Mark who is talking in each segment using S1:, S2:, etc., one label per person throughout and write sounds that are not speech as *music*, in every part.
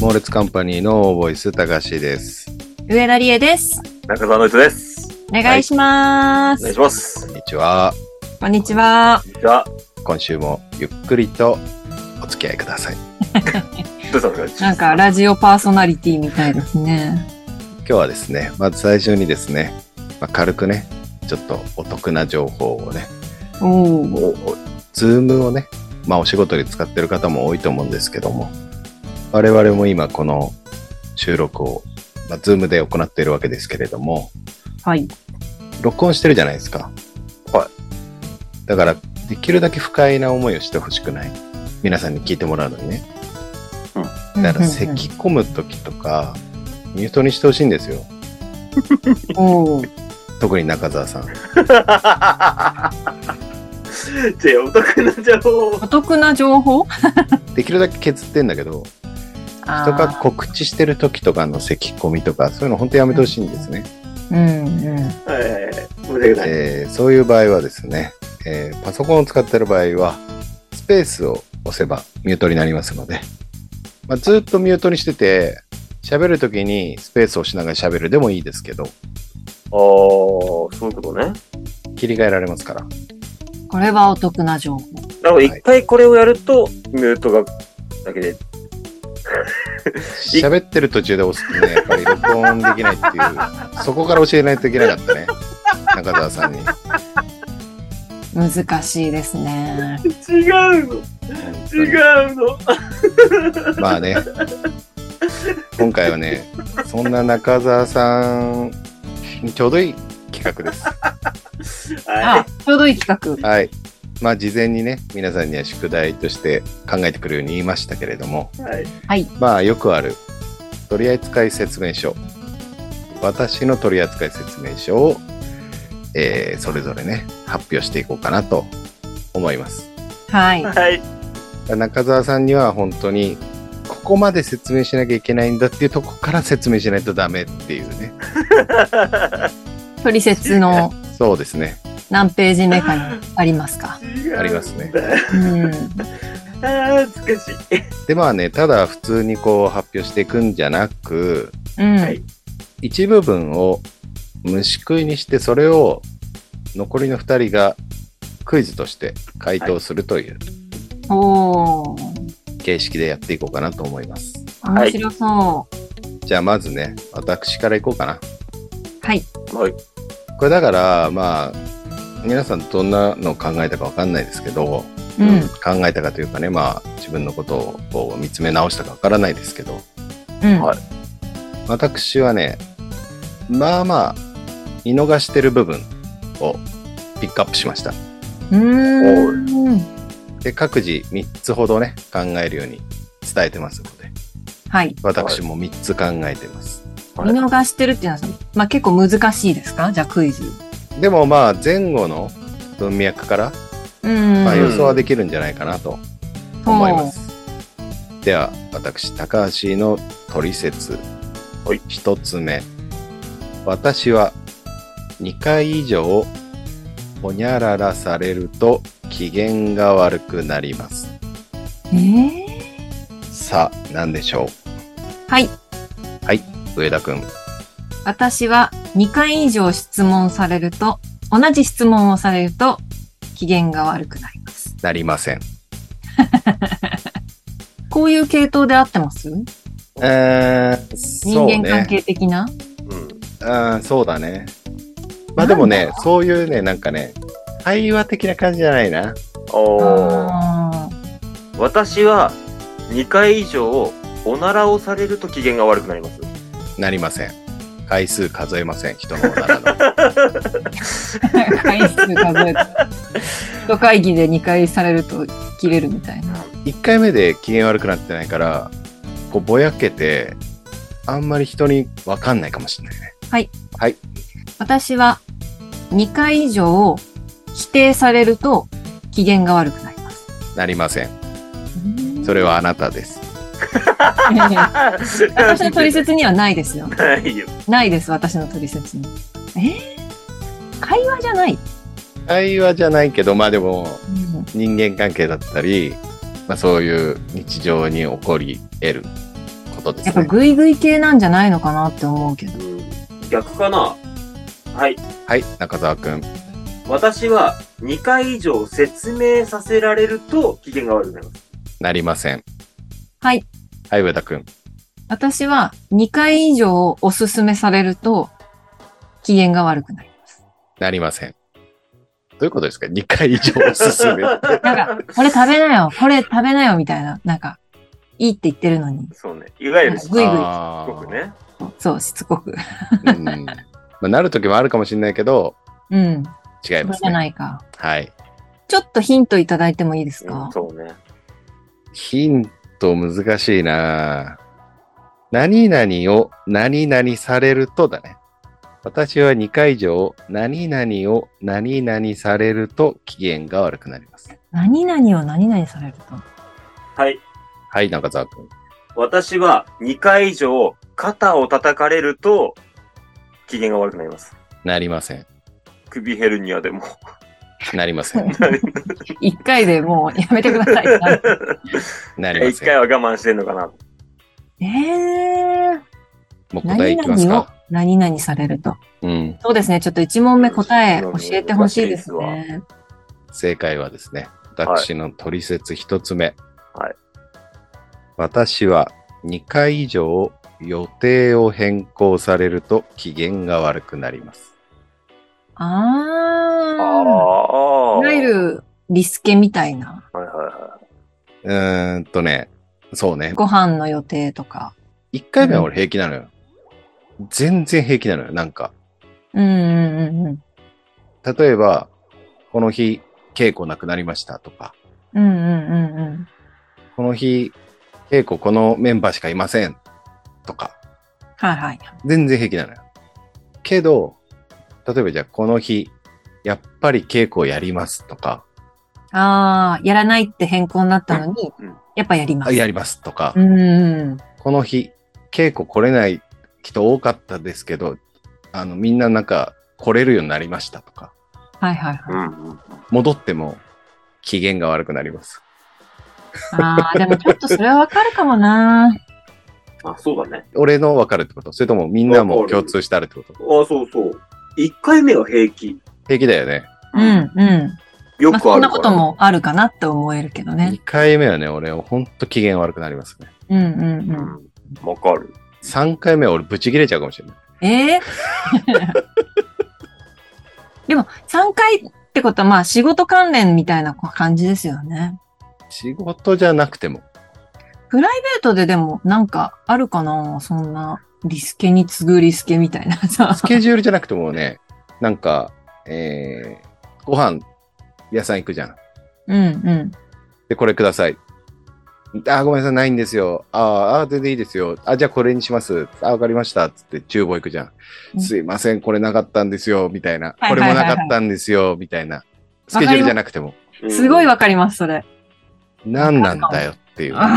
S1: モーレツカンパニーのボイス、高橋です。
S2: 上田理恵です。
S3: 中澤の人です。
S2: お願いしま
S3: お
S2: す。
S3: 願いします
S1: こ。んにちは。
S2: こんにちは。
S3: じゃあ、
S1: 今週もゆっくりとお付き合いください。
S3: どうしたんですか
S2: なんか、ラジオパーソナリティみたいですね。
S1: 今日はですね、まず最初にですね、まあ、軽くね、ちょっとお得な情報をね、
S2: おお。
S1: おおズームをね、まあお仕事に使ってる方も多いと思うんですけども、我々も今この収録を、まあ、ズームで行っているわけですけれども、
S2: はい。
S1: 録音してるじゃないですか。。
S3: はい
S1: だから、できるだけ不快な思いをしてほしくない。皆さんに聞いてもらうのにね。だから、咳込む時とか、ミュートにしてほしいんですよ。
S2: おお。
S1: 特に中澤さん。
S3: *laughs* じゃあ、お得な情報を
S2: お得な情報
S1: できるだけ削ってんだけど、人が
S2: あ
S1: 告知してる時とかの咳込みとか、そういうの本当やめてほしいんですね。
S2: ーうんうん。
S3: えー、申し訳ない。
S1: えーそういう場合はですね、えーパソコンを使ってる場合は、スペースを押せばミュートになりますので、まあ、ずっとミュートにしてて、喋るときにスペースを押しながら喋るでもいいですけど、
S3: ああ、そういうことね。
S1: 切り替えられますから。
S2: これはお得な情報。
S3: なので、一回これをやると、ミュートが、だけで、
S1: 喋ってる途中で押すとね、やっぱり録音できないっていう、そこから教えないといけなかったね。中澤さんに。
S2: 難しいですね。
S3: 違うの違うの
S1: まあね、今回はね、そんな中澤さんにちょうどいい企画です。
S2: あ
S3: は、
S2: ちょうどいい企画。
S1: はい。まあ事前にね、皆さんには宿題として考えてくるように言いましたけれども、
S3: い。はい。
S1: まあよくある取扱説明書。私の取扱説明書を、えーそれぞれね、発表していこうかなと思います。
S2: はい。
S3: はい。
S1: 中澤さんには本当に、ここまで説明しなきゃいけないんだっていうとこから説明しないとダメっていうね。
S2: トリセツ
S3: *laughs*
S2: の
S1: そうですね。
S2: 何ページ目かにあります
S3: *laughs*
S2: か。
S1: ありますね。
S2: うん。
S3: ああ、懐かしい。
S1: でまあね、ただ普通にこう発表していくんじゃなく、
S2: うん。
S3: はい
S1: 一部分を虫食いにしてそれを残りの2人がクイズとして回答するという
S2: おお。
S1: 形式でやっていこうかなと思います、
S2: 面白そう。
S1: じゃあまずね私からいこうかな
S2: はい。
S3: はい。
S1: これだからまあ皆さんどんなのを考えたかわかんないですけど、
S2: うん。
S1: 考えたかというかねまあ自分のことをこう見つめ直したかわからないですけど
S2: うん。
S3: はい
S1: 私はねまあまあ見逃してる部分をピックアップしました
S2: うーん。
S1: で各自3つほどね考えるように伝えてますので
S2: はい。
S1: 私も3つ考えてます、
S3: はい
S2: 見逃してるっていうのはさ、まあ、結構難しいですかじゃあクイズ。
S1: でもまあ前後の文脈から、
S2: うん
S1: まあ、
S3: よ
S1: 予想はできるんじゃないかなと思います、では私高橋の取説
S3: はい
S1: 1つ目私は2回以上ほにゃららされると機嫌が悪くなります
S2: えー
S1: さあ何でしょ
S2: はい。
S1: う上田くん
S2: 私は2回以上質問されると、同じ質問をされると、機嫌が悪くなります。
S1: なりません
S2: こういう系統で合ってます
S1: えーそう
S2: 人間関
S1: ね
S2: 係的な、
S3: う
S1: う
S3: ん。
S1: ん、そうだね。まあでもね、そういうね、なんかね、会話的な感じじゃないな。
S3: おー。
S2: あー *laughs*
S3: 私は、2回以上、おならをされると機嫌が悪くなります。
S1: なりません。回数数えません、人のおなら *laughs* の。
S2: 回数数えて。人会議で2回されると切れるみたいな。
S1: 1回目で機嫌悪くなってないから、こうぼやけて、あんまり人にわかんないかもしれないね。
S2: 私は2回以上否定されると機嫌が悪くなります。
S1: なりません。それ
S2: *laughs*
S1: はあなたです。
S2: 私
S3: 私
S2: の取説にはないですよ。
S3: ないよ。
S2: ないです、私の取説に。えー、会話じゃない、
S1: 会話じゃないけど、まあでも、人間関係だったり、まあそういう日常に起こり得るこことで
S2: や
S1: す
S2: っぱ
S1: ね。
S2: グイグイ系なんじゃないのかなって思うけど。
S3: うん逆かなはい。
S1: はい、中澤くん。
S3: 私は2回以上説明させられると機嫌が悪くなります。
S1: なりません。
S2: はい。
S1: はい、上田くん。
S2: 私は2回以上おすすめされると機嫌が悪くなります。
S1: なりません。どういうことですか ?2 回以上おすす
S2: *laughs*
S1: め。
S2: なんか、これ食べなよ、これ食べなよみたいな、なんか、いいって言ってるのに、
S3: そうね。いわゆるしつ
S2: ぐいぐい
S1: あ
S3: こくね。
S2: そう、しつこく。
S1: ーうんまあ、なる時もあるかもしれないけど、
S2: うん。
S1: 違い
S2: そ
S1: ま
S2: う
S1: す
S2: じゃ
S1: ね。
S2: ないか。
S1: はい。
S2: ちょっとヒントいただいてもいいです
S3: う
S2: か
S3: ん、、そうね。
S1: ヒント難しいな何々を何々されるとだね。私は2回以上、何々を何々されると機嫌が悪くなります。
S2: 何々を何々されると。
S3: はい。
S1: はい、中澤くん。
S3: 私は2回以上肩を叩かれると機嫌が悪くなります。
S1: なりません。
S3: 首ヘルニアでも。
S1: なりません。
S2: 一回でもうやめてくださいってな
S3: *laughs*
S2: る。
S1: なりま
S3: 1
S1: せ
S2: *laughs*
S1: ん
S3: 回。は我慢してんのかな。
S2: えー、
S1: もう答え
S2: 何
S1: いきます
S2: 々を
S1: か。
S2: 何々されると。
S1: うん。
S2: そうですね。ちょっと1問目答え教えてほしいですね。
S1: 正解はですね、私の取説一つ目。
S3: はい
S1: 私は2回以上予定を変更されると機嫌が悪くなります。
S2: あー。
S3: ああ。
S2: いわゆるリスケみたいな。
S3: はいはいは
S1: うーんとね、そうね。
S2: ご飯の予定とか。
S1: 1回目は俺平気なのよ。全然平気なのよ。なんか、
S2: うんうんうん
S1: 例えば、この日稽古なくなりましたとか、
S2: うん。うんうんうんうん。
S1: この日稽古このメンバーしかいませんとか、
S2: はいはい。
S1: 全然平気なのよ。けど、例えばじゃあこの日、やっぱり稽古をやりますとか、
S2: ああ、やらないって変更になったのに
S3: うんうん、
S2: やっぱやりま
S1: あ
S2: す。
S1: やりますとか
S2: う、んうん。
S1: この日、稽古来れない人多かったですけど、あの、みんななんか来れるようになりましたとか、
S2: はいはい
S3: い。う
S2: はい。
S3: んうん。
S1: 戻っても機嫌が悪くなります。
S2: ああ、でもちょっとそれはわかるかもな。
S3: あ、そうだね。
S1: 俺の分かるってことそれともみんなも共通してあるってこと
S3: ああ、そうそう。1回目は平気。
S1: 平気だ *laughs* よね。
S2: うんうん。
S3: よ
S2: まあ、
S3: く
S2: そ
S3: あ
S2: ん
S3: る
S2: な
S3: か
S2: こ
S3: ら
S2: ともあるかなって思えるけどね。
S1: 2回目はね、俺ほんと機嫌悪くなりますね。
S2: うんうん
S3: う。
S2: うん
S3: わかる。
S1: 3回目は俺ブチ切れちゃうかもしれない。
S2: ん。ええ *laughs* でも、3回ってことは、まあ、仕事関連みたいな感じですよね。
S1: 仕事じゃなくても。
S2: プライベートででも、なんかあるかなそんな、リスケに次ぐリスケみたいな *laughs* さ
S1: ス。ケジュールじゃなくてもね、なんか、えー、ご飯屋さん行くじゃん。
S2: うんうん。
S1: で、これください。あー、ごめんなさい、ないんですよ。あーあー、全然いいですよ。あ、じゃあこれにします。あー、わかりました。つって、厨房行くじゃ
S2: うん
S1: ん。すいません、これなかったんですよ、みたいな。
S2: はい
S1: こ
S2: はい
S1: れ
S2: はいは
S1: も
S2: い
S1: なかったんですよ、みたいな。スケジュールじゃなくても、
S3: うん
S2: すごい。わかります、それ。
S1: 何なんだよっていう。あ
S2: あ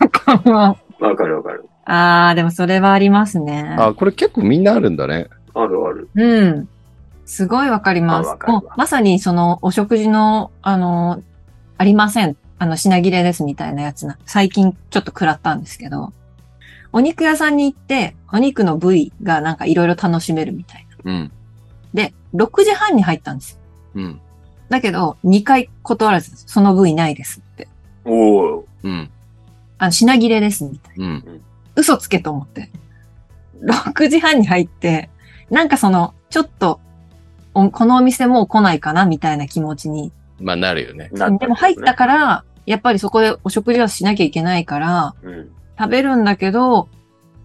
S2: ーわかります
S3: わかるわかる。
S2: *laughs* あー、でもそれはありますね。
S1: ー、これ結構みんなあるんだね。
S3: あるある。
S2: うん。すごいわかりま
S3: あわ
S2: す。
S3: かる
S2: も
S3: わ
S2: う、まさにその、お食事の、あの、ありません。あの、品切れですみたいなやつな、最近ちょっと食らったんですけど、お肉屋さんに行って、お肉の部位がなんかいろいろ楽しめるみたいな。
S1: うん。
S2: で、6時半に入ったんですよ。
S1: うん。
S2: だけど、2回断らず、その部位ないですって。
S3: おお。
S1: うん。
S2: あの、品切れですみたいな。
S1: うん。
S2: 嘘つけと思って。6時半に入って、なんかその、ちょっと、おこのお店もう来ないかなみたいな気持ちに
S1: まあ、なるよね。
S3: な
S2: でも入ったから、やっぱりそこでお食事はしなきゃいけないから、
S3: ら。うん。
S2: 食べるんだけど、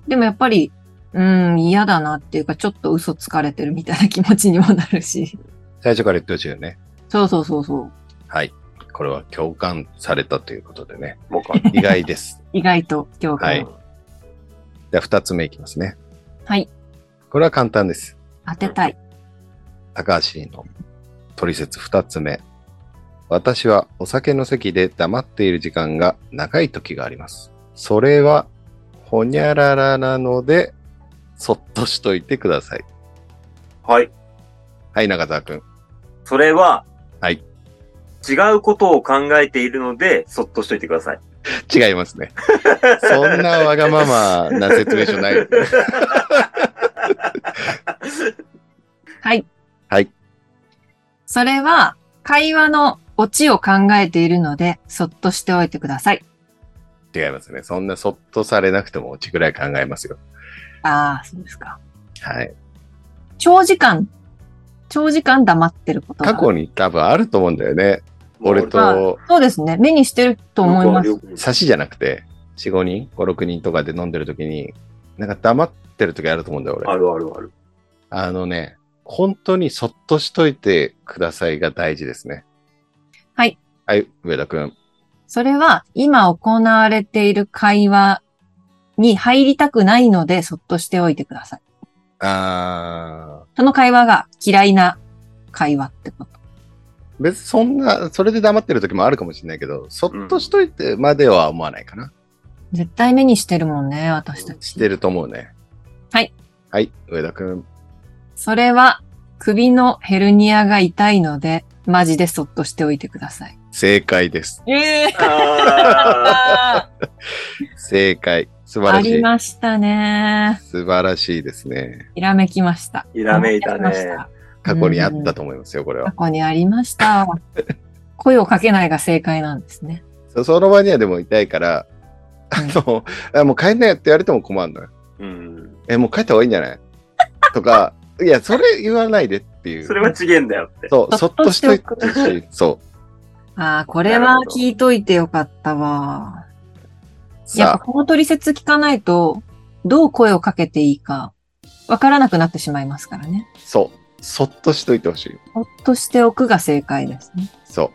S2: でもやっぱり、うん、嫌だなっていうか、ちょっと嘘つかれてるみたいな気持ちにもなるし。
S1: 最初から言ってほしいよね。
S2: そうそうそうそう。
S1: はい。これは共感されたということでね。
S3: わかる。
S1: 意外です。
S2: 意外と今日
S1: *laughs*
S2: が。
S1: はいじゃあ、二つ目いきますね。
S2: はい。
S1: これは簡単です。
S2: 当てたい。
S1: 高橋の取説二つ目。私はお酒の席で黙っている時間が長い時があります。それは、ほにゃららなので、そっとしといてください。
S3: はい。
S1: はい、中澤くん。
S3: それは、
S1: はい。
S3: 違うことを考えているので、そっとしといてください。
S1: 違いますね。そんなわがままな説明書ない。
S2: はい。
S1: はい。
S2: それは、会話のオチを考えているので、そっとしておいてください。
S1: 違いますね。そんなそっとされなくてもオチぐらい考えますよ。
S2: ああ、そうですか。
S1: はい。
S2: 長時間、長時間黙ってることが。
S1: 過去に多分あると思うんだよね。俺と、
S2: そうですね。目にしてると思います。
S3: す。
S1: 差しじゃなくて、4、5人、5、6人とかで飲んでる時に、なんか黙ってる時あると思うんだよ、
S3: あ
S1: 俺。
S3: るあるある。
S1: あのね、本当にそっとしといてくださいが大事ですね。
S2: はい。
S1: はい、上田くん。
S2: それは、今行われている会話に入りたくないので、そっとしておいてください。
S1: あ
S2: その会話が嫌いな会話ってこと。
S1: ー、別にそんな、それで黙ってる時もあるかもしれないけど、そっとしといてまでは思わないかな。
S2: 絶対目にしてるもんね、私たち。
S1: してると思うね。
S2: はい。
S1: はい、上田くん。
S2: それは、首のヘルニアが痛いので、マジでそっとしておいてください。
S1: 正解です。
S2: ええ
S3: あ
S1: 正解。素晴
S2: あ
S1: らし
S2: り
S1: い。
S2: ましたね。
S1: 素晴らしいですね。
S2: ひらめきました。
S3: ひらめいたね
S2: ひらめきました
S1: 過去にあったと思いますよ、これは
S2: 過。去にありま
S3: *laughs*
S2: した。声をかけないが正解なんですね。
S1: そその場にはでも痛いから、あの、あもう帰んなよって言われても困るのよ。
S3: ーうん。
S1: え、もう帰った方がいいんじゃないとか、 *laughs* いや、それ言わないでっていう。
S3: それは違えんだよって。
S1: そう、そっとしてほしい。そ
S2: ああ、これ
S3: な
S2: は
S3: るほど
S2: 聞いといてよかったわ。
S1: う。
S2: やっ
S1: さ
S2: ぱ
S1: あ、
S2: この取説聞かないと、どう声をかけていいか、わからなくなってしまいますからね。
S1: そう、そっとしといてほしい。
S2: ほっとしておくが正解ですね。
S1: そう。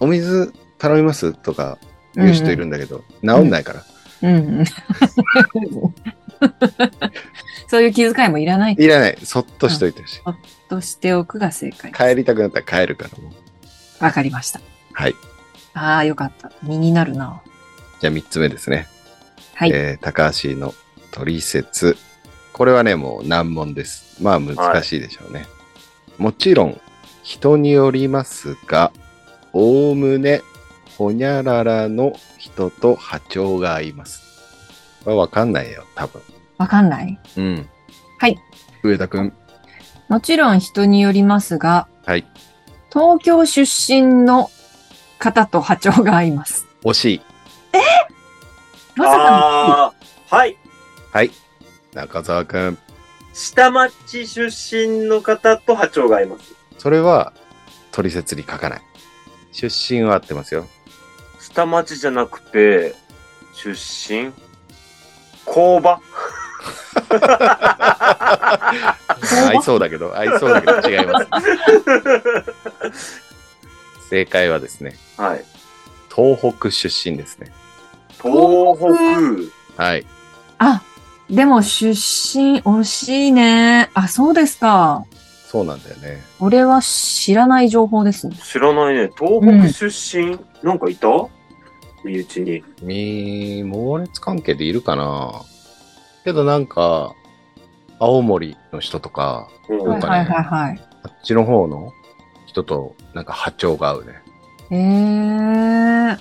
S1: お水頼みますとか言う人いるんだけど、治んないから。
S2: うんうん。 *laughs* そういう気遣いもいらない
S1: いらない。そっとしといてほしい。
S2: としておくが正解。
S1: 帰りたくなったら帰るからもう。
S2: わかりました。
S1: はい。
S2: ああ、よかった。身になるな。
S1: じゃあ3つ目ですね。
S2: はい。
S1: えー高橋の取説。これはね、もう難問です。まあ難しいでしょうね。もちろん、人によりますが、おおむね、ほにゃららの人と波長が合います。これわかんないよ、多分。
S2: わかんない
S1: うん。
S2: はい。
S1: 上田くん。
S2: もちろん人によりますが、
S1: はい。
S2: 東京出身の方と波長が合います。
S1: 惜しい。
S2: まさか
S3: あーはい。
S1: はい。中澤くん。
S3: 下町出身の方と波長が合います。
S1: それは、取説に書かない。出身は合ってますよ。
S3: 下町じゃなくて、出身工場
S1: *laughs* 合いそうだけど、合いそうだけど違います。正解はですね、
S3: *laughs* はい。
S1: 東北出身ですね。
S3: 東
S1: はい。
S2: のあ、でも出身惜しいね。あ、そうですか。
S1: そうなんだよね。
S2: 俺は知らない情報ですね。
S3: 北知らないね。東北出身、なんかいた身内に。
S1: み猛烈関係でいるかなけどなんか、青森の人とか、
S3: うん。
S1: そう
S2: はい
S1: か
S2: は
S1: ね
S2: いはいはい。
S1: あっちの方の人となんか波長が合うね。
S2: へえ。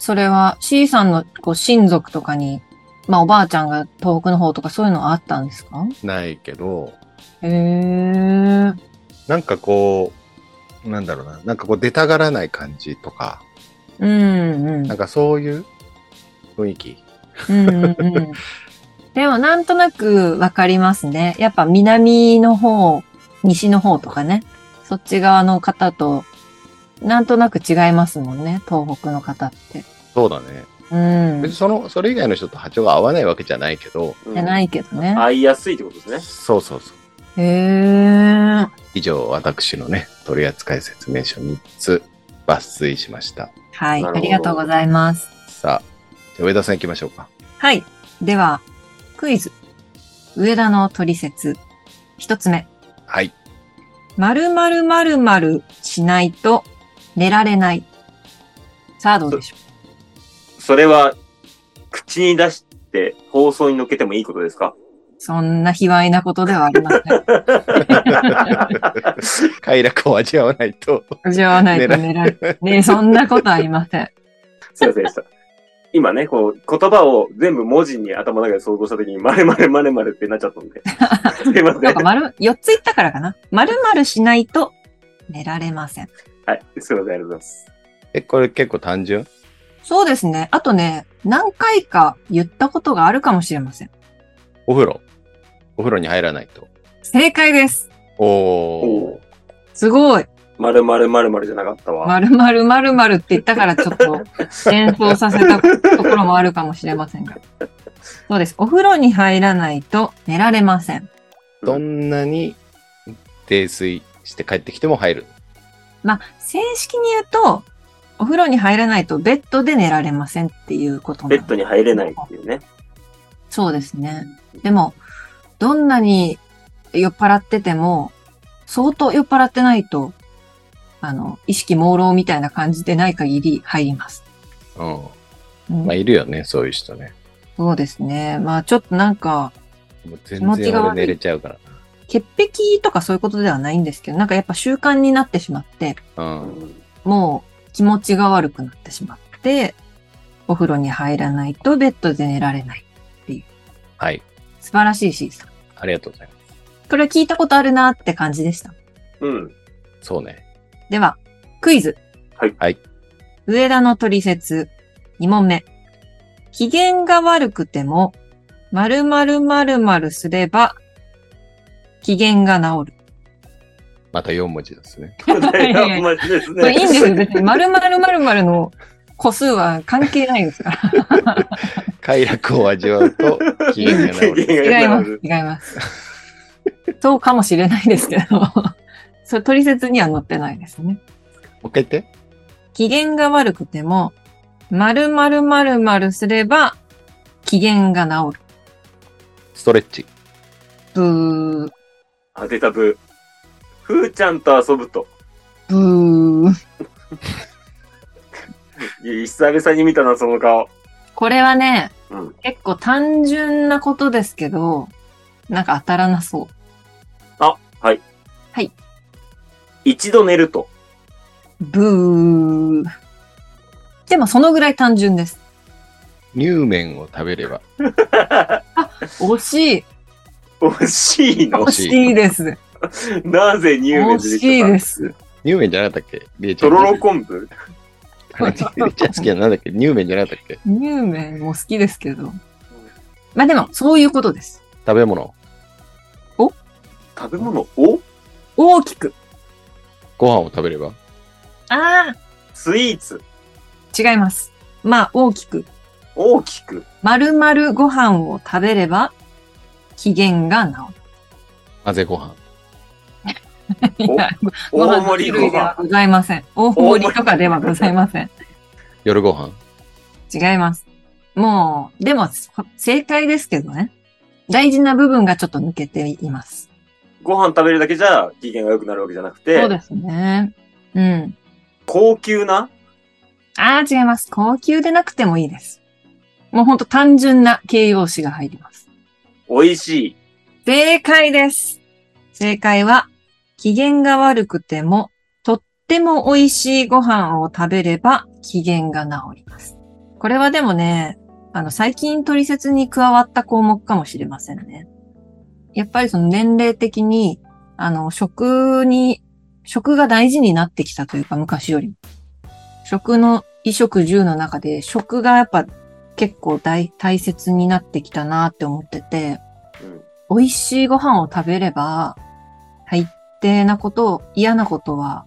S2: それは C さんのご親族とかに、まあおばあちゃんが東北の方とかそういうのはあったんですか
S1: ないけど、
S2: へえ。
S1: なんかこう、なんだろうな、なんかこう出たがらない感じとか、
S2: うんうん。
S1: なんかそういう雰囲気。
S2: うんうんうん。でもなんとなくわかりますね。やっぱ南の方、西の方とかね。そっち側の方と、なんとなく違いますもんね。東北の方って。
S1: そうだね。
S2: うん。
S1: 別に
S2: じ
S1: その、それ以外の人と波長が合わないわけじゃないけど、
S2: ゃないいけどね。
S3: 会いやすいってことですね。
S1: そうそうそう。
S2: へえ。
S1: 以上、私のね、取扱説明書3つ抜粋しました。
S2: はい。
S3: なるほど
S2: ありがとうございます。
S1: さあ、じゃあ上田さん行きましょうか。
S2: はい。では、クイズ。上田の取説。一つ目。
S1: はい。
S2: 〇〇〇〇しないと寝られない。さあ、どうでしょ
S3: それは、口に出して放送に乗っけてもいいことですか
S2: う。そんな卑猥なことではありません。
S1: 快楽を味わわないと。
S2: 味わわないと寝られ、ねそんなことありません。
S3: すいませんでした。今ね、こう、言葉を全部文字に頭の中で想像したときに、まるまるまるまるってなっちゃったん
S2: *laughs*
S3: で。すいま
S2: なん
S3: せん
S2: か。丸、4つ言ったからかな。丸々しないと寝られません。
S3: はい。すいません、ありがとうございます。
S1: え、これ結構単純
S2: そうですね。あとね、何回か言ったことがあるかもしれません。
S1: お風呂。お風呂に入らないと。
S2: 正解です。
S1: お
S3: お
S1: お。
S3: お。
S2: すごい。
S3: まるまるまるまるじゃなかったわ。
S2: 丸々丸々って言ったからちょっと連想させたところもあるかもしれませんが。そうです。お風呂に入らないと寝られません。
S1: どんなに泥酔して帰ってきても入る。
S2: まあ、正式に言うと、お風呂に入らないとベッドで寝られませんっていうことなん
S3: ベ
S2: で
S3: ッドに入れないっていうね。
S2: そうですね。でも、どんなに酔っ払ってても、相当酔っ払ってないと、あの、意識朦朧みたいな感じでない限り入ります。
S1: うん。
S2: うん
S1: まあ、いるよね、そういう人ね。
S2: そうですね。まあちょっとなんか、
S1: もう全
S2: 気持ち
S1: 然
S2: が
S1: 俺
S2: 悪い
S1: 寝れちゃうか
S2: 潔癖とかそういうことではないんですけど、なんかやっぱ習慣になってしまって、
S1: ら。
S3: う
S1: うん。
S3: ん
S2: もう気持ちが悪くなってしまって、お風呂に入らないとベッドで寝られない。
S1: はい。
S2: 素晴らしい C さん。
S1: ありがとうございま
S2: これは聞いたことあるなって感じでした。
S3: うん。 *laughs*
S1: す。そうね。
S2: では、クイズ。
S3: はい
S1: はい
S2: 上田の取説、2問目。機嫌が悪くても、〇〇〇〇すれば、機嫌が治る。
S1: また4文字ですね。 *laughs*
S3: 答
S2: い
S3: え
S2: や
S3: が
S2: い
S3: マジです
S2: これ
S3: ね。
S2: いいんですよ。別に〇〇〇〇の個数は関係ないですから。
S1: 快楽を味わうと、機嫌が治る。
S2: *laughs* 違います。違います。そうかもしれないですけど、それ取説には載ってないですね。
S1: もう一回言って。
S2: 機嫌が悪くても、〇〇〇〇すれば、機嫌が治る。
S1: ストレッチ。
S2: ブー、
S3: 当てたぶ。ふーちゃんと遊ぶと。
S2: ブー。
S3: いや久々に見たな、その顔。
S2: これはね、
S3: うん
S2: 結構単純なことですけど、なんか当たらなそ
S3: あ、はい。
S2: はい。
S3: 一度寝ると。
S2: う。ブー。でもそのぐらい単純です。
S1: 乳麺を食べれば。
S2: 惜しい。
S3: 惜しいの
S2: 惜 *laughs*
S1: 惜
S2: し
S1: しい
S2: いです。
S3: なぜ乳麺
S2: 惜
S3: 出て
S2: しい
S3: きた
S2: で
S3: か
S2: す。
S1: 乳麺じゃなかったっけりえちゃ
S3: と
S1: ん。
S3: ろろ昆布
S1: あれりえちゃん好きなのなんだっけ乳麺じゃなかったっけ
S2: 乳麺も好きですけど。まあでも、そういうことです。
S1: 食べ物。
S3: 食べ物を
S2: 大きく。
S1: ご飯を食べれば。
S2: あ
S3: スイーツ
S2: あ、違います。まあ、大きく。
S3: 大きく
S2: 丸々ご飯を食べれば、機嫌が治る。
S1: 混ぜご飯。
S3: お
S2: いや *laughs* ご
S3: 大
S2: 飯の
S3: 盛り
S2: 種
S3: ご
S2: 類では
S3: 飯
S2: ございません。大盛りとかではございません。
S1: 夜ご飯。
S2: 違います。もう、でも、ほ正解ですけどね。大事な部分がちょっと抜けています。
S3: ご飯食べるだけじゃ機嫌が良くなるわけじゃなく
S2: そう
S3: て
S2: ですね。うん。
S3: 高級な
S2: ああ、違います。高級でなくてもいいです。もうほんと単純な形容詞が入ります。
S3: 美味しい
S2: 正解です。正解は、機嫌が悪くても、とっても美味しいご飯を食べれば、機嫌が治ります。これはでもね、あの、最近取説に加わった項目かもしれませんね。やっぱりその年齢的に、あの、食に、食が大事になってきたというか、昔よりも。食の衣食住の中で、食がやっぱ結構大大切になってきたなって思ってて、
S3: うん
S2: 美味しいご飯を食べれば、大抵なこと、嫌なことは、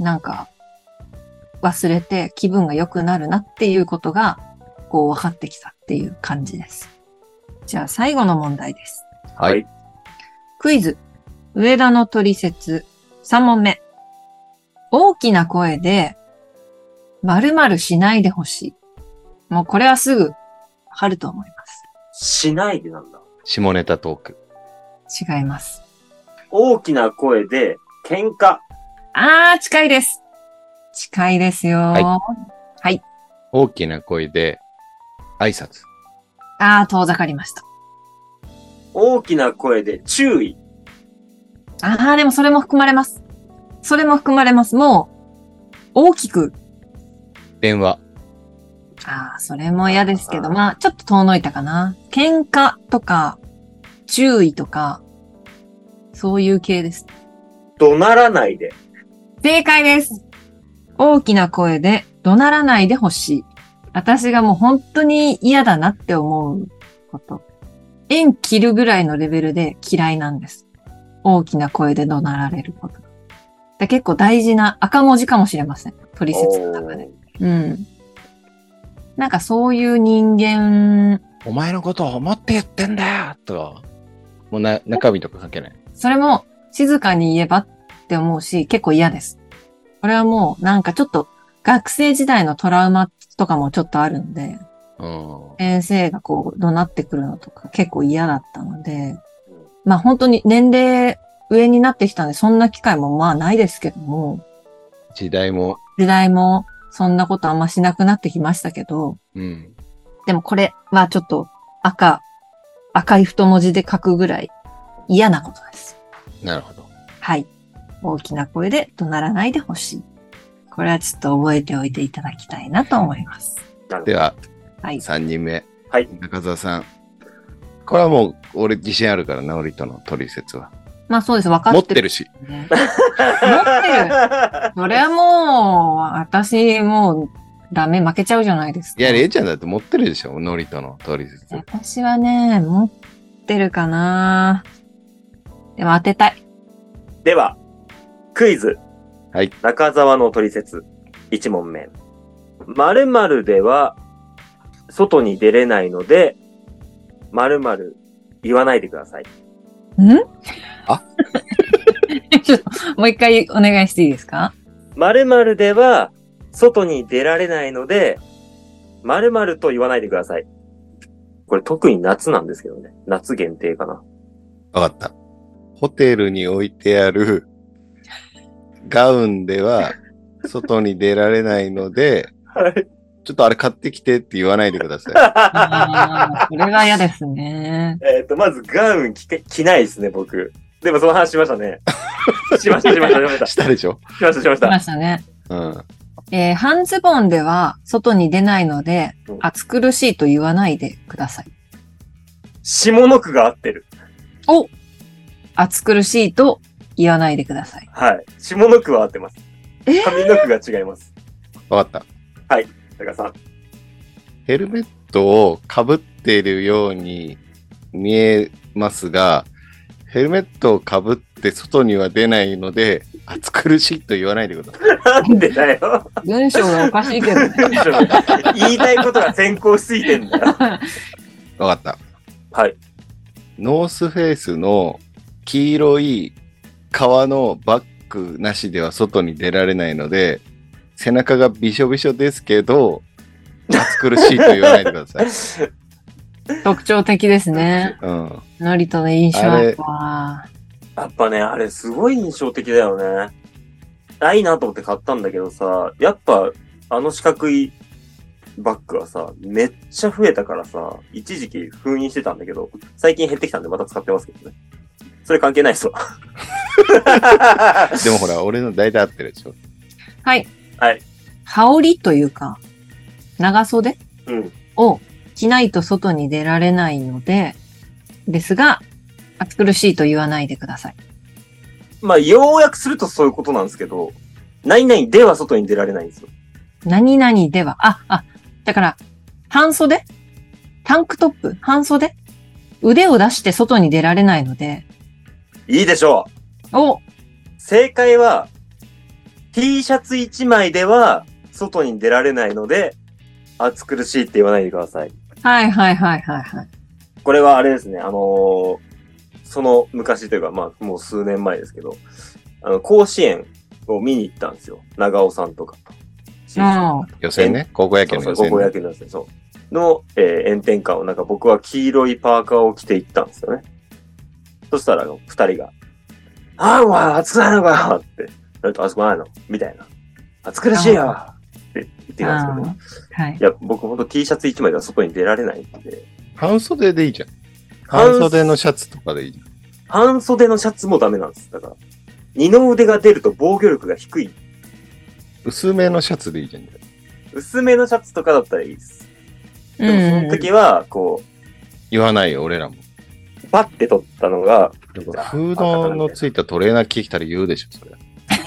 S2: なんか、忘れて気分が良くなるなっていうことが、こう分かってきたっていう感じです。じゃあ最後の問題です。
S1: はい
S3: はい
S2: クイズ。上田の取説3問目。大きな声で、〇〇しないでほしい。もうこれはすぐ、わかると思います。
S3: しないでなんだ
S1: 下ネタトーク。
S2: 違います。
S3: 大きな声で喧嘩
S2: あー、近いです。近いですよ、
S1: はい大きな声で挨拶。
S2: あー、遠ざかりました。
S3: 大きな声で注意
S2: あー、でもそれも含まれます。それも含まれます。もう、大きく、
S1: 電話。
S2: ああ、それも嫌ですけど、まあ、ちょっと遠のいたかな。喧嘩とか、注意とか、そういう系です。
S3: 怒鳴らないで。
S2: 正解です。大きな声で怒鳴らないでほしい。私がもう本当に嫌だなって思うこと。縁切るぐらいのレベルで嫌いなんです。大きな声で怒鳴られること。だ結構大事な赤文字かもしれません。取説の中で。うん。なんかそういう人間、
S1: お前のことを思って言ってんだよとか、もうな中身とか関係ない。
S2: それも静かに言えばって思うし、結構嫌です。これはもうなんかちょっと学生時代のトラウマとかもちょっとあるんで、
S1: うん。
S2: 先生がこう怒鳴ってくるのとか結構嫌だったので、まあ本当に年齢上になってきたんで、そんな機会もまあないですけども、
S1: 時代も、
S2: 時代もそんなことあんましなくなってきましたけど、
S1: うん。
S2: でもこれはちょっと赤、赤い太文字で書くぐらい嫌なことです。
S1: なるほど。
S2: はい。大きな声で怒鳴らないでほしい。これはちょっと覚えておいていただきたいなと思います。
S3: なるほ
S1: で
S3: ど。
S1: は、
S2: はい。
S1: 3人目。
S3: はい。
S1: 中澤さん。これはもう、俺自信あるからな、オリとの取説は。
S2: まあそうです。分か
S1: 持っ
S2: って
S1: て
S2: る、
S1: るし。
S2: ね。
S3: *laughs*
S2: それはもう、私もう、ダメ、負けちゃうじゃないですか。
S1: いや、れいちゃんだって持ってるでしょ、ノリとの取説。
S2: 私はね、持ってるかなでも当てたい。 *laughs*
S3: では、クイズ。
S1: はい
S3: 中澤の取説。1問目。〇〇では、外に出れないので、〇〇言わないでください。
S2: ん
S1: あ
S2: ちょっと、もう一回お願いしていいですか *laughs*
S3: 〇〇では、外に出られないので、〇〇と言わないでください。これ特に夏なんですけどね。夏限定かな。
S1: わかった。ホテルに置いてあるガウンでは、外に出られないので、
S3: はい。
S1: ちょっとあれ買ってきてって言わないでください。
S2: あーそれは嫌ですね。
S3: *laughs* えっと、まずガウン着て、着ないですね、僕。でもその話しました *laughs* ね。しました、しました、しま *laughs* した。し
S1: したでしょ
S3: ました、しまし
S2: 来ま
S3: た。
S2: したね。
S1: うん。
S2: えー半ズボンでは外に出ないので
S3: うん、
S2: 暑苦しいと言わないでください。
S3: 下の句が合ってる。
S2: 暑苦しいと言わないでください。
S3: はい。下の句は合ってます。
S2: えー
S3: 上の句が違います。
S1: わかった。
S3: だからさ、
S1: ヘルメットをかぶっているように見えますが、ヘルメットをかぶって外には出ないので、暑苦しいと言わないでください。
S3: なんでだよ。 *laughs*
S2: 文章がおかしいけどね。
S3: 言いたいことが先行しすぎてんだよ。
S1: わかった。
S3: はい。
S1: ノースフェイスの黄色い革のバッグなしでは外に出られないので、背中がびしょびしょですけど、暑苦しいと言わないでくだ
S3: *laughs*
S1: さい。
S2: 特徴的ですね。
S1: うん。
S2: ノリとの印象は。
S3: やっぱね、あれすごい印象的だよね。あ、いいなと思って買ったんだけどさ、やっぱ、あの四角いバッグはさ、めっちゃ増えたからさ、一時期封印してたんだけど、最近減ってきたんでまた使ってますけどね。それ関係ないっすわ。
S1: でもほら、俺の大体合ってるでしょ。
S2: はい。
S3: はい。
S2: 羽織というか、長袖
S3: うん。
S2: を着ないと外に出られないので、ですが、暑苦しいと言わないでください。
S3: まあ、ようやくするとそういうことなんですけど、何々では外に出られないんですよ。
S2: 何々では、あ、あ、だから、半袖タンクトップ半袖腕を出して外に出られないので、
S3: いいでしょう
S2: お
S3: 正解は、T シャツ1枚では外に出られないので、暑苦しいって言わないでください。
S2: はいはいはいはいはい。
S3: これはあれですね、あのーその昔というか、まあもう数年前ですけど、あの、甲子園を見に行ったんですよ。長尾さんとか。
S2: うん
S1: 予選ね。高校野球の
S3: そう
S1: 予
S3: そ
S1: 選、
S3: う、高校野
S1: ね。
S3: 球のやつね、そう。の、えー炎天下を、なんか僕は黄色いパーカーを着て行ったんですよね。そしたら、二人が、ああ、お前、暑くないのかよって。なんか暑くないのみたいな。暑苦しいよって言ってたんですけど、ね、
S2: はい
S3: い。や、僕ほんと T シャツ一枚では外に出られないんで、
S1: 半袖でいいじゃん。
S3: 半
S1: 半袖のシャツとかでいいじゃん。
S3: 半袖のシャツもダメなんです。だから、二の腕が出ると防御力が低い。
S1: 薄めのシャツでいいじゃん。
S3: 薄めのシャツとかだったらいいです。
S2: う
S3: でもその
S2: ん。
S3: 時は、こ
S1: 言わないよ、俺らも。
S3: う、パッて取ったのが、
S1: でもフードのついたトレーナー着てきたら言うでしょ、それ。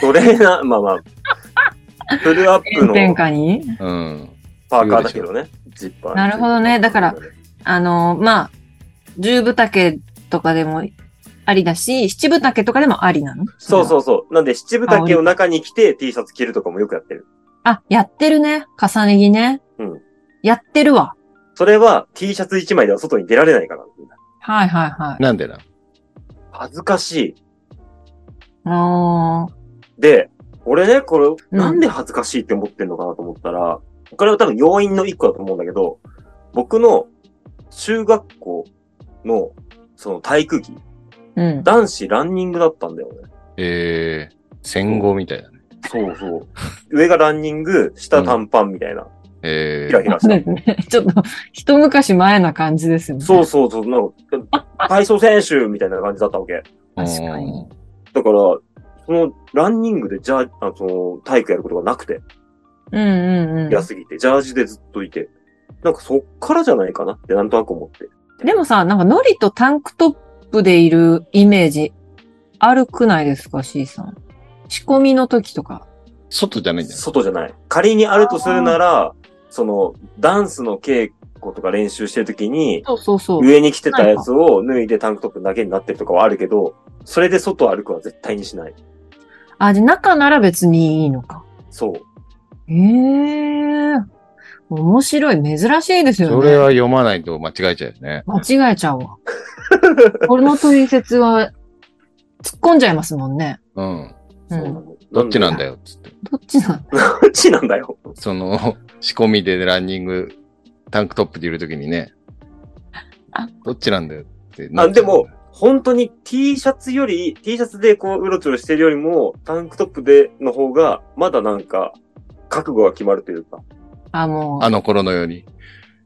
S3: トレーナー、まあまあ、フルアップ
S2: 炎天
S3: の
S2: 下に
S1: うん。
S3: パーカーだけどね、ジッパー。
S2: なるほどねだから、あの、まあ、十分丈とかでもありだし、七分丈とかでもありなの
S3: そう
S2: う。
S3: そうそう。なんで、七分丈を中に着て T シャツ着るとかもよくやってる。
S2: あ、やってるね。重ね着ね。
S3: うん
S2: やってるわ。
S3: それは T シャツ一枚では外に出られないから。
S2: はいはいはい。
S1: なんでな
S3: 恥ずかしい。
S2: あー
S3: で、俺ね、これ、なんで恥ずかしいって思ってんのかなと思ったら、これは多分要因の一個だと思うんだけど、僕の中学校のその体育着、
S2: うん。
S3: 男子ランニングだったんだよね。
S1: えー、戦後みたいなね。
S3: そうそう。上がランニング、下短パンみたいな。
S1: え
S3: ひら
S1: ー
S3: ひら
S2: そ
S3: し
S2: う
S3: た
S2: で。すね。 *laughs* ちょっと、一昔前な感じですよね。
S3: そうそうそう。なんか、体操選手みたいな感じだったわけ。
S2: 確かに
S3: だから、そのランニングでじゃあ、あのその体育やることがなくて、
S2: うんうんう
S3: 安すぎて、ジャージでずっといて、なんかそっからじゃないかなってなんとなく思って。
S2: ん。でもさ、なんかノリとタンクトップでいるイメージ、あるくないですか、C さん。仕込みの時とか。
S1: 外じゃないんじゃない
S3: 外じゃない。仮にあるとするなら、その、ダンスの稽古とか練習してるときに、
S2: そうそうそう。
S3: 上に着てたやつを脱いでタンクトップだけになってるとかはあるけど、それで外歩くは絶対にしない。
S2: あ、じゃあ中なら別にいいのか。
S3: そう。
S2: ええ面白い。珍しいですよね。
S1: それは読まないと間違えちゃうよね。
S2: 間違えちゃうわ。 *laughs* この取説は、突っ込んじゃいますもんね。
S1: うん。
S2: う
S3: そうんな。の
S1: どっちなんだよ、つって。
S2: どっちなの
S3: どっちなんだよ。
S1: その、 *laughs* 仕込みでランニング、タンクトップでいるときにね
S2: あ、
S1: どっちなんだよってな
S3: あ、
S1: っち
S3: で
S1: ゃう
S3: も、本当に T シャツより、T シャツでこう、うろちょろしてるよりも、タンクトップでの方が、まだなんか、覚悟が決まるというか、
S2: あ、もう。
S1: あの頃のように、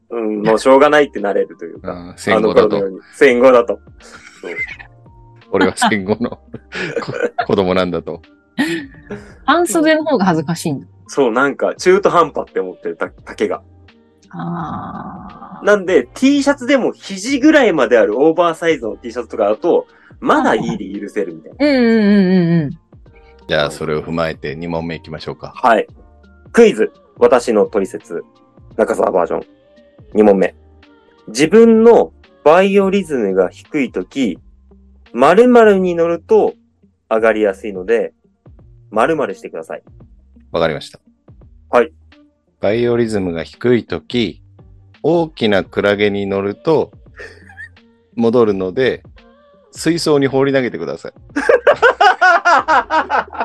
S3: うん、もうしょうがないってなれるというか、
S1: うん戦後だ
S3: あの頃のよ
S1: と、
S3: うに戦後だと。そう
S1: 俺は戦後
S3: *laughs*
S1: のこ *laughs* 子供なんだと。
S2: 半袖の方が恥ずかしいんだ。
S3: そう、なんか、中途半端って思ってるだ丈が。
S2: ああ。
S3: なんで、T シャツでも肘ぐらいまであるオーバーサイズの T シャツとかだと、まだいいで許せるみたいな。
S2: うんうんうんうんうん。
S1: じゃあ、それを踏まえて2問目いきましょうか。
S3: はい。クイズ。私のトリセツ。中澤バージョン。2問目。自分のバイオリズムが低いとき、〇〇に乗ると上がりやすいので、〇〇してください。
S1: わかりました。
S3: はい。
S1: バイオリズムが低いとき、大きなクラゲに乗る
S3: *laughs*
S1: と、戻るので、水槽に放り投げてください。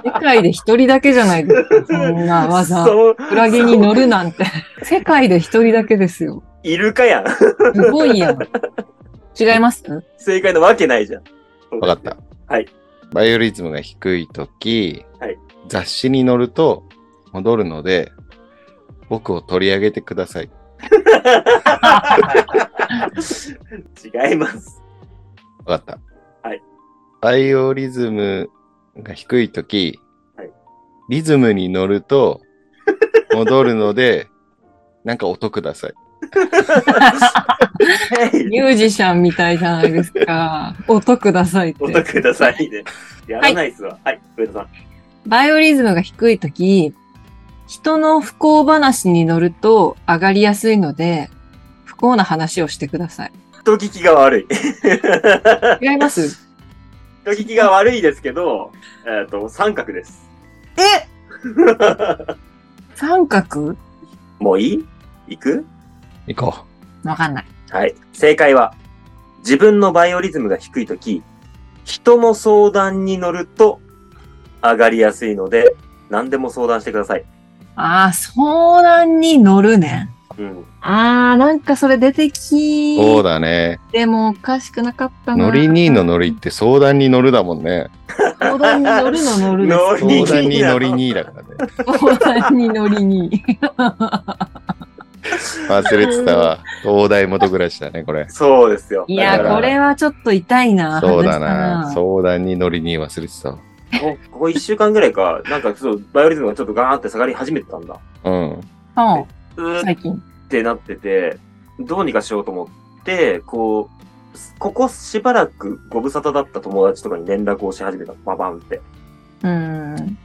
S2: 世界で一人だけじゃないですか。そんな技。
S3: *laughs* そう
S2: クラゲに乗るなんて。世界で一人だけですよ。
S3: イルカやん。
S2: すごいやん。違います
S3: 正解なわけないじゃん。
S1: わかった。
S3: はい。
S1: バイオリズムが低いとき、
S3: はい
S1: 雑誌に載ると戻るので、僕を取り上げてください。
S3: 違
S2: *laughs*
S3: います。
S1: わかった。
S3: はい。
S1: バイオリズムが低いとき、
S3: はい
S1: リズムに乗る
S3: *laughs*
S1: と戻るので、なんか音ください。
S2: ミュージシャンみたいじゃないですか。音くださいっ
S3: お得
S2: て。
S3: くださいね。やらないっすわ。はい、上田さん。
S2: バイオリズムが低いとき、人の不幸話に乗ると上がりやすいので、不幸な話をしてください。
S3: 人聞きが悪い。
S2: 違います
S3: 人聞きが悪いですけど、えっ、と、三角です。
S2: え三角
S3: もういい行く
S1: 行こ
S2: わかんない。
S3: はい。正解は、自分のバイオリズムが低いとき、人の相談に乗ると上がりやすいので、何でも相談してください。
S2: ああ、相談に乗るね。
S3: うん。
S2: ああ、なんかそれ出て
S1: う。
S2: き
S1: そうだね。
S2: てもおかしくなかったな。
S1: 乗りにの乗りって相談に乗るだもんね。
S2: 相談に乗るの乗るです
S3: 乗り
S1: 相
S3: に
S1: 談に乗りにだからね。
S2: 相談に乗りに。
S1: *laughs* 忘れてたわ。
S3: *laughs*
S1: 東大元暮らしだね、これ。
S3: そうですよ。
S2: いや、
S1: だから
S2: これはちょっと痛いな。
S1: そうだ
S2: 話
S1: な。
S2: した
S1: 相談に乗りに忘れてたわ。
S3: こここ一週間ぐらいか、なんかそう、バイオリズムがちょっとガーンって下がり始めてたんだ。
S1: うん。
S2: うん
S3: うーっ
S2: 最近。
S3: てなってて、どうにかしようと思って、こう、ここしばらくご無沙汰だった友達とかに連絡をし始めた。ババンって。
S2: うん。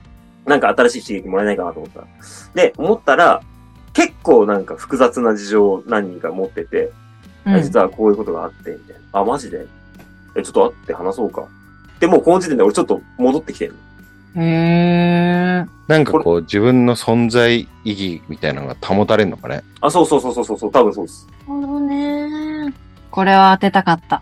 S3: なんか新しい刺激もらえないかなと思った。で、思ったら、結構なんか複雑な事情を何人か持ってて、
S2: うん
S3: 実はこういうことがあって、みたいな。あ、マジでえ、ちょっと会って話そうか。で、もうこの時点で俺ちょっと戻ってきてる。
S2: へえ。
S1: なんかこう、自分の存在意義みたいなのが保たれるのかね。
S3: あ、そうそうそうそうそう、多分そうです。
S2: なるほどね。これは当てたかった。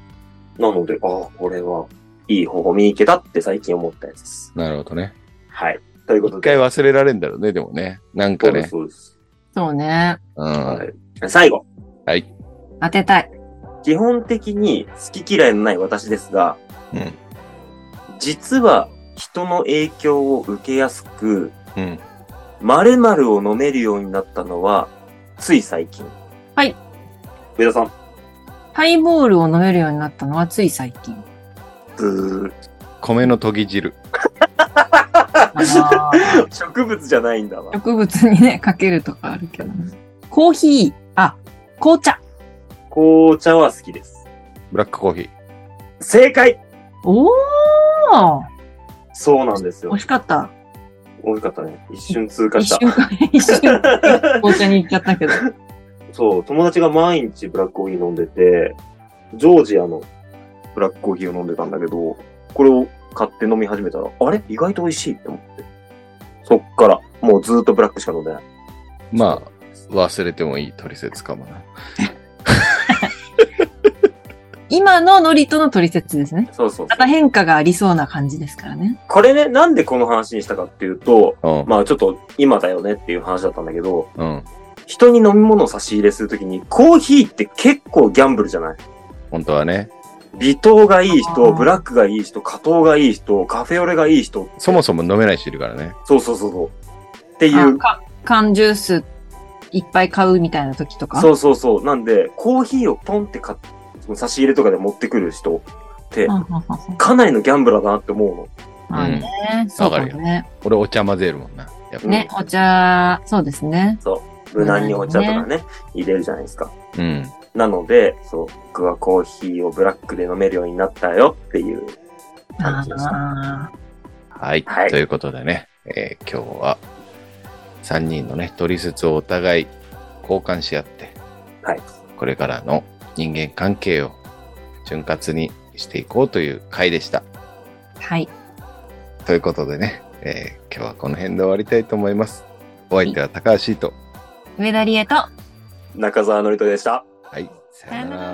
S3: なので、ああ、これは、いい方法見に行けたって最近思ったやつです。
S1: なるほどね。
S3: はい。ということ
S1: 一
S3: で。
S1: 回忘れられんだろうね、でもね。なん
S3: そ
S1: か
S3: うです、
S1: ね。
S3: そうです。
S2: そうね。
S1: うん。
S3: はい。最後。
S2: 当てたい。
S3: 基本的に好き嫌いのない私ですが、
S1: うん
S3: 実は人の影響を受けやすく、
S1: うん。
S3: 〇〇を飲めるようになったのは、つい最近。
S2: はい。
S3: 上田さん、
S2: ハイボールを飲めるようになったのはつい最近。
S3: ブ
S1: 米の研ぎ汁。
S2: あ
S1: *laughs*
S2: ー
S3: ー。植物じゃないんだわ。
S2: 植物にね、かけるとかあるけどね。コーヒー、あ、紅茶。
S3: 紅茶は好きです。
S1: ブラックコーヒー。
S3: 正解
S2: おー
S3: そうなんですよ
S2: 惜。しかった。
S3: 美味しかったね。一瞬通過
S2: 一
S3: した
S2: 瞬。 *laughs* か、一瞬、紅茶に行っちゃったけど。
S3: *laughs* そう、友達が毎日ブラックコーヒー飲んでて、ジョージアのブラックコーヒーを飲んでたんだけど、これを買って飲み始めたら、あれ意外と美味しいって思って。そっから、もうずーっとブラックしか飲んでない。
S1: まあ、忘れてもいいトリセツかもな。
S2: 今のノリとの取説ですね。
S3: そうそう
S2: ま
S3: そ
S2: た
S3: う。
S2: 変化がありそうな感じですからね。
S3: これね、なんでこの話にしたかっていうと、
S1: うん。
S3: まあちょっと今だよねっていう話だったんだけど、
S1: うん。
S3: 人に飲み物を差し入れするときに、コーヒーって結構ギャンブルじゃない
S1: 本当はね。
S3: 微糖がいい
S2: あ
S3: 人、
S2: ー
S3: ブラックがいい人、加糖がいい人、カフェオレがいい人。
S1: そもそも飲めない人いるからね。
S3: そうそうそうそう。ってい
S2: あ
S3: う
S2: か缶ジュースいっぱい買うみたいな時とか。
S3: そうそうそう。なんで、コーヒーをポンって買っその差し入れとかで持ってくる人って
S2: うん。、うんうん
S3: かなりのギャンブラーだなって思うの。
S2: まあね、そうかもね。
S1: 俺お茶混ぜるもんな。やっぱ。
S2: ね、お茶、そうですね。
S3: 無難にお茶とかね、入れるじゃないですか。
S1: うん。
S3: なので、そう、僕はコーヒーをブラックで飲めるようになったよっていう
S2: あ
S3: 感じでした。
S2: あ
S1: はい。
S3: はい
S1: ということでね、えー今日は3人のね、トリセツをお互い交換し合って、
S3: はい。
S1: これからの人間関係を潤滑にしていこうという回でした。
S2: ー、はい。
S1: ということでね、えー今日はこの辺で終わりたいと思います。お相手は高橋と。
S2: 上田理恵と、
S3: 中澤のりとでした。
S1: はい。さ
S2: さよなら。